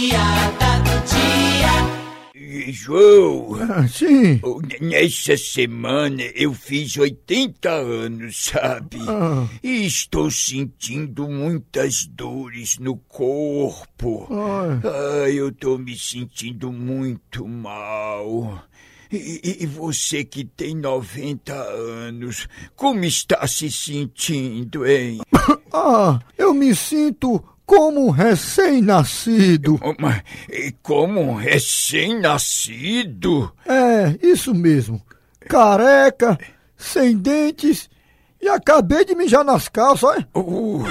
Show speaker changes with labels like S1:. S1: piada do dia.
S2: João,
S3: Ah, sim.
S2: nessa semana eu fiz 80 anos, sabe?
S3: Ah.
S2: E estou sentindo muitas dores no corpo.
S3: Ah,
S2: Ah, eu tô me sentindo muito mal. E, e- e você que tem 90 anos, como está se sentindo, hein?
S3: ah, eu me sinto como um recém-nascido.
S2: Oh, mas, e como um recém-nascido?
S3: É, isso mesmo. Careca, sem dentes e acabei de mijar nas calças, olha.
S2: Uh,